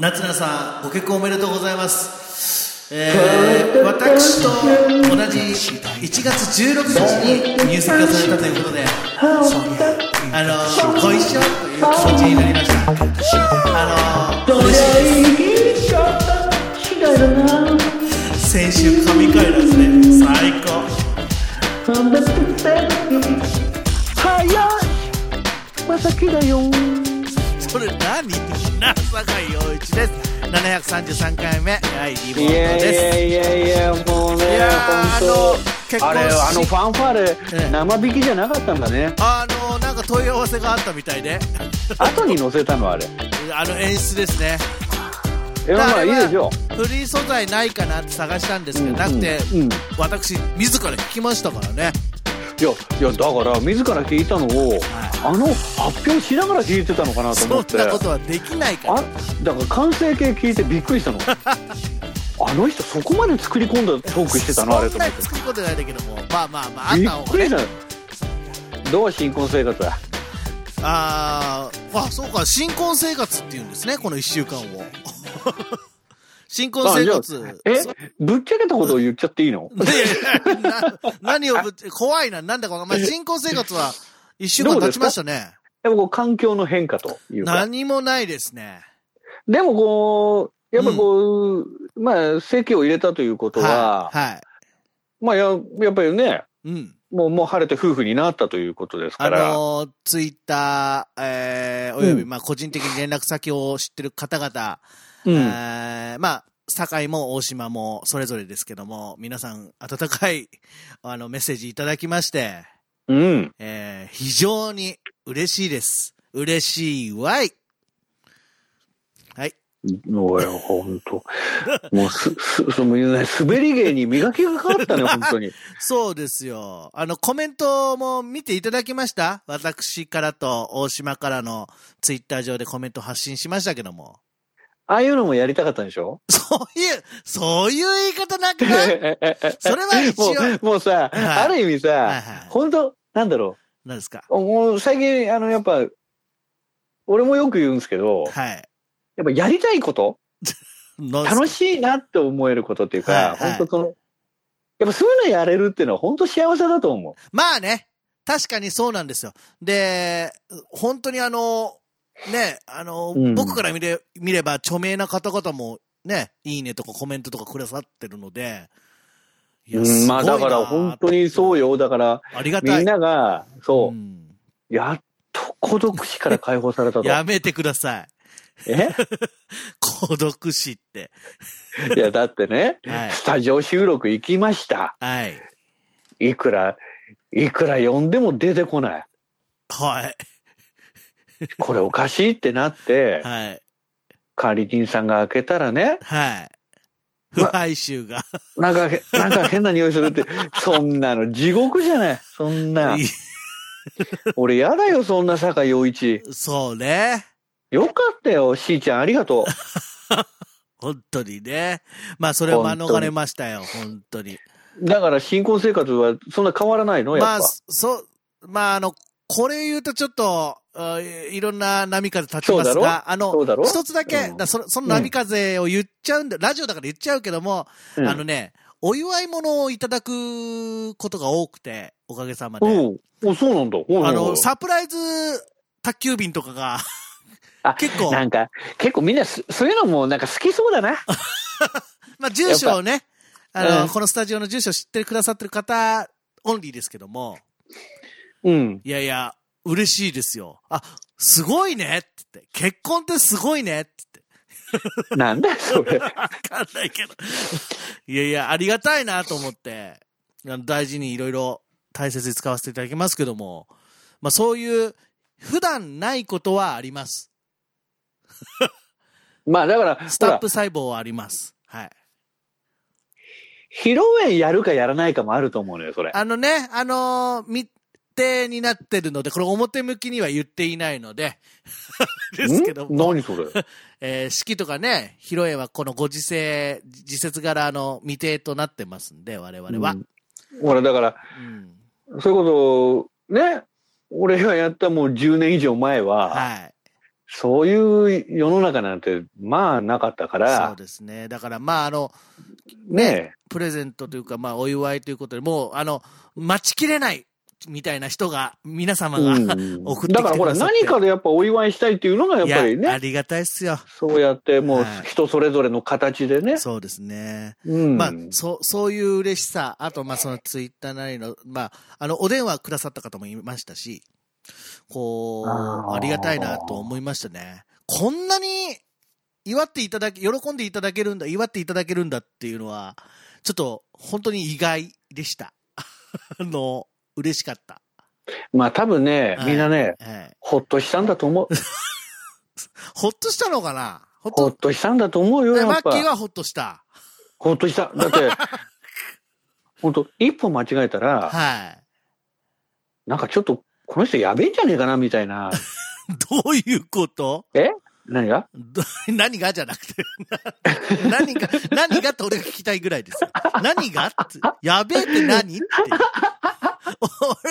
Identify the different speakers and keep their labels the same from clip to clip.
Speaker 1: 夏菜さん、ご結婚おめでとうございます。えー、私と同じ1月16日に入籍をされたということで、あのー、ご一緒という気持ちになりました。あのー、嬉しいです。先週神回なんですね。最高。それ何な坂井陽一です。733回目、はい、リモ
Speaker 2: い
Speaker 1: ー
Speaker 2: や
Speaker 1: ト
Speaker 2: い
Speaker 1: です。
Speaker 2: やいやいやもうね
Speaker 1: いやー
Speaker 2: 本
Speaker 1: あの結
Speaker 2: 当
Speaker 1: 婚
Speaker 2: あれあのファンファー
Speaker 1: ええ
Speaker 2: レ生弾きじゃなかったんだね
Speaker 1: あのー、なんか問い合わせがあったみたいで、
Speaker 2: 後に載せたのあれ
Speaker 1: あの演出ですね。
Speaker 2: えまあまあいいでしょ
Speaker 1: フリー素材ないかなって探したんですけど、
Speaker 2: うん
Speaker 1: なくて、
Speaker 2: うん
Speaker 1: 私自ら聞きましたからね
Speaker 2: いやいやだから自ら聞いたのをあの発表しながら聞いてたのかなと
Speaker 1: そ
Speaker 2: 思っ
Speaker 1: ん
Speaker 2: て
Speaker 1: なことはできないから
Speaker 2: あだから完成形聞いてびっく りしたのあの人そこまで作り込んだトークしてたのあれ
Speaker 1: そ
Speaker 2: と
Speaker 1: ん
Speaker 2: 思
Speaker 1: な
Speaker 2: って
Speaker 1: 作り込んでないんだけどもまあまあまああっ
Speaker 2: びった
Speaker 1: 方
Speaker 2: く
Speaker 1: が
Speaker 2: りし
Speaker 1: ね
Speaker 2: たどう新婚生活は
Speaker 1: あーあそうか新婚生活っていうんですねこの1週間を 新婚生活
Speaker 2: え
Speaker 1: そ
Speaker 2: ぶっちゃけたことを言っちゃっていいの
Speaker 1: いやいやな 何をぶっ怖いななんだか、まあ、新婚生活は1週間
Speaker 2: どう
Speaker 1: 経
Speaker 2: で
Speaker 1: ち
Speaker 2: すか
Speaker 1: ましたね
Speaker 2: やっぱこう環境の変化というか。
Speaker 1: 何もないですね
Speaker 2: でもこう、やっぱこう、まあ、席を入れたということは、
Speaker 1: はい、はい
Speaker 2: まあや、やっぱりね、
Speaker 1: うん
Speaker 2: もう、もう晴れて夫婦になったということです
Speaker 1: あ
Speaker 2: から。
Speaker 1: のーツイッター、えー、および、
Speaker 2: うん
Speaker 1: まあ、個人的に連絡先を知ってる方々、
Speaker 2: うん。
Speaker 1: えーまあ、堺も大島もそれぞれですけども、皆さん、温かい、あの、メッセージいただきまして、
Speaker 2: うん。
Speaker 1: えー非常に嬉しいです。嬉しいわい。はい。
Speaker 2: おい、ほんと。 もうす、す、そのね、滑り芸に磨きがかかったね、 本当に。
Speaker 1: そうですよ。あの、コメントも見ていただきました私からと大島からのツイッター上でコメント発信しましたけども。
Speaker 2: ああいうのもやりたかったんでしょ
Speaker 1: そういう、そういう言い方な くない そ
Speaker 2: そ
Speaker 1: れは一応。はい
Speaker 2: もう、もうさ、
Speaker 1: はい
Speaker 2: ある意味
Speaker 1: は
Speaker 2: さ、
Speaker 1: い。
Speaker 2: 本当なんだろ
Speaker 1: 何ですか
Speaker 2: う。もう最近、あの、やっぱ、俺もよく言うんですけど、
Speaker 1: はい。
Speaker 2: やっぱやりたいこと
Speaker 1: の
Speaker 2: 楽しいなって思えることっていう
Speaker 1: はい
Speaker 2: か、
Speaker 1: はい
Speaker 2: 本当その、やっぱそういうのやれるっていうのは本当幸せだと思
Speaker 1: まあね。確かにそうなんですよ。で、本当にあの、ね、あの、
Speaker 2: うん。
Speaker 1: 僕から見れ見れば著名な方々もね、いいねとかコメントとかくださってるので、いうや
Speaker 2: うん、まあ
Speaker 1: すご
Speaker 2: だ
Speaker 1: いな
Speaker 2: から本当にそうよ。だから
Speaker 1: ありがたい。
Speaker 2: みんなが、
Speaker 1: う
Speaker 2: そ
Speaker 1: ん
Speaker 2: う、やっと孤独死から解放された と。
Speaker 1: やめてください。
Speaker 2: え
Speaker 1: 孤独死って。
Speaker 2: いや、だってね、
Speaker 1: はい。
Speaker 2: スタジオ収録行きました。
Speaker 1: はい。
Speaker 2: いくら、いくら呼んでも出てこない。
Speaker 1: はい。
Speaker 2: これおかしいってなって、
Speaker 1: はい。
Speaker 2: 管理人さんが開けたらね、
Speaker 1: はい。不敗臭が。
Speaker 2: なんかへ、なんか変な匂いするって、そんなの地獄じゃない。そんな。俺やだよ、そんな坂陽一。
Speaker 1: そうね。
Speaker 2: よかったよ、しーちゃん、ありがと
Speaker 1: 本当にね。まあ、それを免れましたよ。本当に。
Speaker 2: う。だから、新婚生活はそんな変わらないの、やっぱ。
Speaker 1: まあ、そう、まあ、あの、これ言うとちょっと、あいいろんな波風立ちます
Speaker 2: そうだ
Speaker 1: が、あ
Speaker 2: そ
Speaker 1: の、
Speaker 2: うだろ
Speaker 1: 一つだけ、
Speaker 2: うん
Speaker 1: だそのその波風を言っちゃうんで、ラジオだから言っちゃうけども、
Speaker 2: うん
Speaker 1: あのね、お祝い物をいただくことが多くて、おかげさまで。
Speaker 2: うん。お、そうなんだ。
Speaker 1: あ
Speaker 2: あ
Speaker 1: の、サプライズ宅急便とかが、
Speaker 2: あ
Speaker 1: 結構、
Speaker 2: なんか、結構みんなす、そういうのもなんか好きそうだな。
Speaker 1: まあ、住所をね、あの、
Speaker 2: うん
Speaker 1: このスタジオの住所知ってくださってる方、オンリーですけども、
Speaker 2: うん。
Speaker 1: いやいや、嬉しいですよ。あ、すごいねって言って、結婚ってすごいねって
Speaker 2: なんだよ、それ。
Speaker 1: 言って、わかんないけど。いやいや、ありがたいなと思って、あの大事にいろいろ大切に使わせていただきますけども、まあそういう、普段ないことはあります。
Speaker 2: まあ、だから、
Speaker 1: ス
Speaker 2: ほ
Speaker 1: タッ
Speaker 2: ら
Speaker 1: プ、細胞はあります。はい。
Speaker 2: 披露宴やるかやらないかもあると思うのよ、それ。
Speaker 1: あのね、あのー、密定になってるので、これ表向きには言っていないので、 ですけど
Speaker 2: ん
Speaker 1: も、
Speaker 2: 何それ。
Speaker 1: えー式とかね、披露宴はこのご時世、時節柄の未定となってますんで、我々は。
Speaker 2: うんほら、だから、
Speaker 1: うん
Speaker 2: それこそ、ね、俺がやったもう10年以上前は、
Speaker 1: はい。
Speaker 2: そういう世の中なんて、まあなかったか
Speaker 1: そう
Speaker 2: ら、
Speaker 1: ですね。だから、まあ、あの、
Speaker 2: ね
Speaker 1: プレゼントというか、まあ、お祝いということで、もう、あの、待ちきれない、みたいな人が、皆
Speaker 2: え。
Speaker 1: 様が、
Speaker 2: うん
Speaker 1: 送ってきてくださって
Speaker 2: だからほら、何かでやっぱお祝いしたいっていうのがやっ
Speaker 1: いや
Speaker 2: ぱり
Speaker 1: あ
Speaker 2: ね、
Speaker 1: りがたいっすよ。
Speaker 2: そうやってもう
Speaker 1: はい
Speaker 2: 人それぞれの形でね。
Speaker 1: そうですね。
Speaker 2: うん。
Speaker 1: まあ、そ、そういう嬉しさ、あと、まあ、そのツイッターなりの、まあ、あの、お電話くださった方もいましたし、こう、
Speaker 2: あー
Speaker 1: ありがたいなと思いましたね。こんなに、祝っていただけ、喜んでいただけるんだ、祝っていただけるんだっていうのは、ちょっと、本当に意外でした。 あの、嬉しかった。
Speaker 2: まあ多分ね、
Speaker 1: はい
Speaker 2: みんなね、
Speaker 1: ええ
Speaker 2: ほっとしたんだと思う。
Speaker 1: ほっとしたのかな ほっ
Speaker 2: ほっ
Speaker 1: と、
Speaker 2: としたんだと思うよ、
Speaker 1: ね
Speaker 2: や
Speaker 1: マ
Speaker 2: っ
Speaker 1: ッキー
Speaker 2: ぱ。
Speaker 1: はほっとした。
Speaker 2: ほっとした。だって、ほんと、一歩間違えたら、
Speaker 1: はい。
Speaker 2: なんかちょっと、この人やべえんじゃねえかな、みた いな。
Speaker 1: どういうこと
Speaker 2: 何が
Speaker 1: ど 何がじゃなくて、な何が、何がって俺が聞きたいぐらいですよ。何がって、やべえって何って。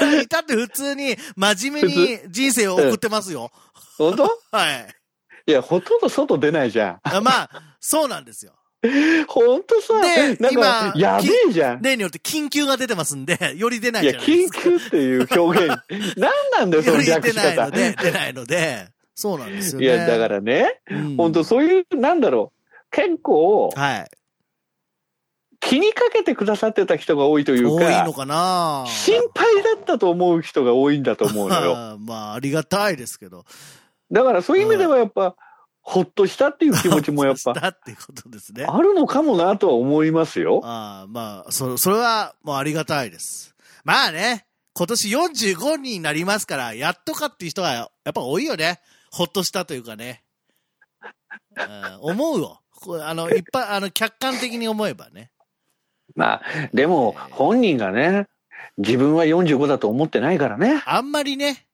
Speaker 1: 俺に至って普通に真面目に人生を送ってますよ。
Speaker 2: 本当
Speaker 1: はい。
Speaker 2: いや、ほとんど外出ないじゃん。
Speaker 1: あまあ、そうなんですよ。
Speaker 2: ほんとさ、
Speaker 1: で
Speaker 2: なんか、
Speaker 1: 今
Speaker 2: やべえじゃん。
Speaker 1: 例によって緊急が出てますんで、より出ない
Speaker 2: い
Speaker 1: じ
Speaker 2: や、
Speaker 1: ゃないで
Speaker 2: 緊
Speaker 1: すか。
Speaker 2: 急っていう表現。 何なんだよ、そ
Speaker 1: よ
Speaker 2: の
Speaker 1: り
Speaker 2: 略
Speaker 1: 出
Speaker 2: し
Speaker 1: ないの
Speaker 2: 方。
Speaker 1: で、出ないので、そうなんですよ
Speaker 2: い
Speaker 1: ね。
Speaker 2: や、だからね、
Speaker 1: うん、
Speaker 2: ほんとそういう、なんだろう。結構、
Speaker 1: はい。
Speaker 2: 気にかけてくださってた人が多いという
Speaker 1: 多いの
Speaker 2: か、
Speaker 1: かな
Speaker 2: 心配だったと思う人が多いんだと思うの よ。
Speaker 1: あーまあ、ありがたいですけど。
Speaker 2: だからそういう意味ではやっぱ、ほっとしたっていう気持ちもやっ
Speaker 1: し
Speaker 2: ぱ、
Speaker 1: たっていうことですね。
Speaker 2: あるのかもなとは思いますよ。
Speaker 1: ああ、まあ、そ、それは、もうありがたいです。まあね、今年45人になりますから、やっとかっていう人は、やっぱ多いよね。ほっとしたというかね。うん、思うよ。こうあ の、一般、あの、客観的に思えばね。
Speaker 2: まあ、でも本人がね、自分は45だと思ってないからね。
Speaker 1: あんまりね、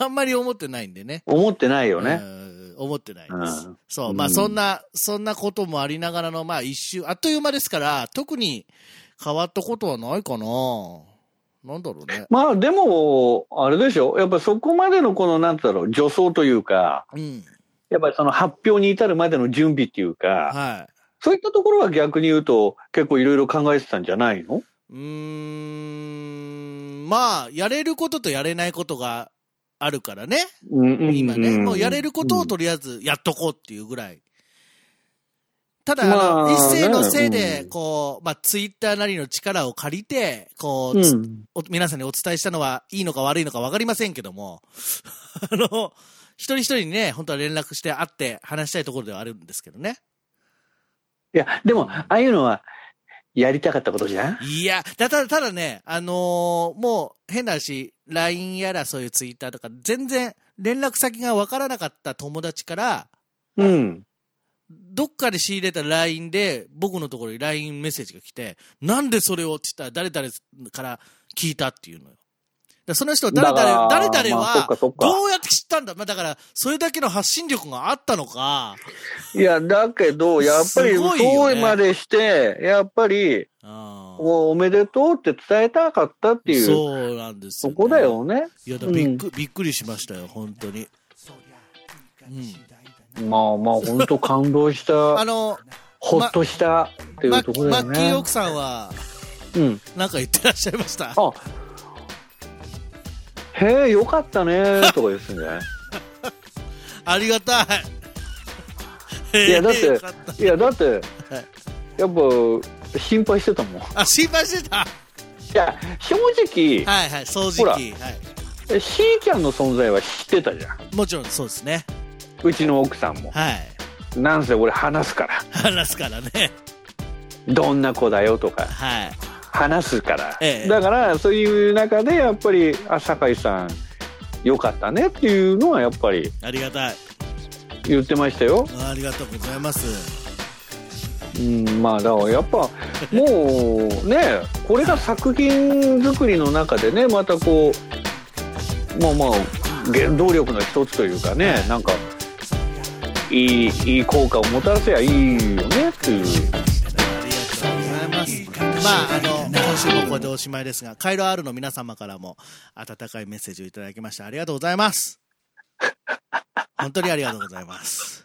Speaker 1: あんまり思ってないんでね。
Speaker 2: 思ってないよ
Speaker 1: う
Speaker 2: ね。
Speaker 1: ん思ってないです。
Speaker 2: うん
Speaker 1: そう、まあ
Speaker 2: うん
Speaker 1: そんな、そんなこともありながらの、まあ一周、あっという間ですから、特に変わったことはないかな。なんだろうね。
Speaker 2: まあでも、あれでしょやっぱそこまでのこの、なんだろう、助走というか、
Speaker 1: うん。
Speaker 2: やっぱりその発表に至るまでの準備っていうか、
Speaker 1: はい。
Speaker 2: そういったところは逆に言うと結構いろいろ考えてたんじゃないの
Speaker 1: うーん、まあ、やれることとやれないことがあるからね。今ね、もうやれることをとりあえずやっとこうっていうぐらい。ただ、あの
Speaker 2: まあ
Speaker 1: 一世のせい
Speaker 2: ねう
Speaker 1: で、
Speaker 2: ん
Speaker 1: こう、まあ、ツイッターなりの力を借りて、こう、
Speaker 2: うん
Speaker 1: つ
Speaker 2: うん
Speaker 1: お皆さんにお伝えしたのはいいのか悪いのか分かりませんけども、 あの、一人一人にね、本当は連絡して会って話したいところではあるんですけどね。
Speaker 2: いや、でも、ああいうのは、やりたかったことじゃん
Speaker 1: いや、だただ、ただね、あのーもう変な話、LINE やらそういう Twitter とか、全然連絡先が分からなかった友達から、
Speaker 2: うん。
Speaker 1: どっかで仕入れた LINE で、僕のところに LINE メッセージが来て、なんでそれをって言ったら、誰々から聞いたっていうのよ。だからその人は誰々、
Speaker 2: だから
Speaker 1: 誰々
Speaker 2: まあそっか
Speaker 1: は、
Speaker 2: そっか
Speaker 1: どうやって知ったんだまあだから、それだけの発信力があったのか、
Speaker 2: いや、だけど、やっぱり、
Speaker 1: すごいよね
Speaker 2: そうまでして、やっぱり、
Speaker 1: うん
Speaker 2: おおめでとうって伝えたかったっていう、
Speaker 1: そうなんです
Speaker 2: そ
Speaker 1: よね、
Speaker 2: こだよね。
Speaker 1: いや、だからびっく、びっくりしましたよ、本当に。うん。
Speaker 2: まあまあ、本当感動し
Speaker 1: あ
Speaker 2: た、
Speaker 1: の、
Speaker 2: ほっとしたってい
Speaker 1: マ
Speaker 2: う
Speaker 1: ッ
Speaker 2: と
Speaker 1: キ
Speaker 2: ころだ
Speaker 1: マ
Speaker 2: よ
Speaker 1: ッキー
Speaker 2: ね
Speaker 1: 奥。さんは、
Speaker 2: うん。
Speaker 1: なんか言ってらっしゃいました。
Speaker 2: あ、へえ、よかった ね、とか言ってんじゃない
Speaker 1: ありがたい。
Speaker 2: いや、だっ
Speaker 1: えーよかった
Speaker 2: て、いや、だって、やっぱ、心配してたもん。い
Speaker 1: あ、心配してた。
Speaker 2: や、正直、
Speaker 1: はいはい、掃除
Speaker 2: ほら
Speaker 1: 機。はい。
Speaker 2: しーちゃんの存在は知ってたじゃん。
Speaker 1: もちろんそうですね。
Speaker 2: うちの奥さんも。
Speaker 1: はい。
Speaker 2: なんせ俺話すから。
Speaker 1: 話すからね。
Speaker 2: どんな子だよとか
Speaker 1: はい。
Speaker 2: 話すから、
Speaker 1: ええ
Speaker 2: だからそういう中でやっぱりあ酒井さんよかったねっていうのはやっぱり
Speaker 1: ありがたい。
Speaker 2: 言ってましたよ、
Speaker 1: あありがとうございます。
Speaker 2: うん、まあだからやっぱもうねこれが作品作りの中でねまたこうまあまあ原動力の一つというかねなんかいいいい効果をもたらせばいいよねってい
Speaker 1: あり
Speaker 2: う
Speaker 1: がとうございます。まあ、あの、今週もこれでおしまいですが、カイロ R の皆様からも温かいメッセージをいただきまして、ありがとうございます。本当にありがとうございます。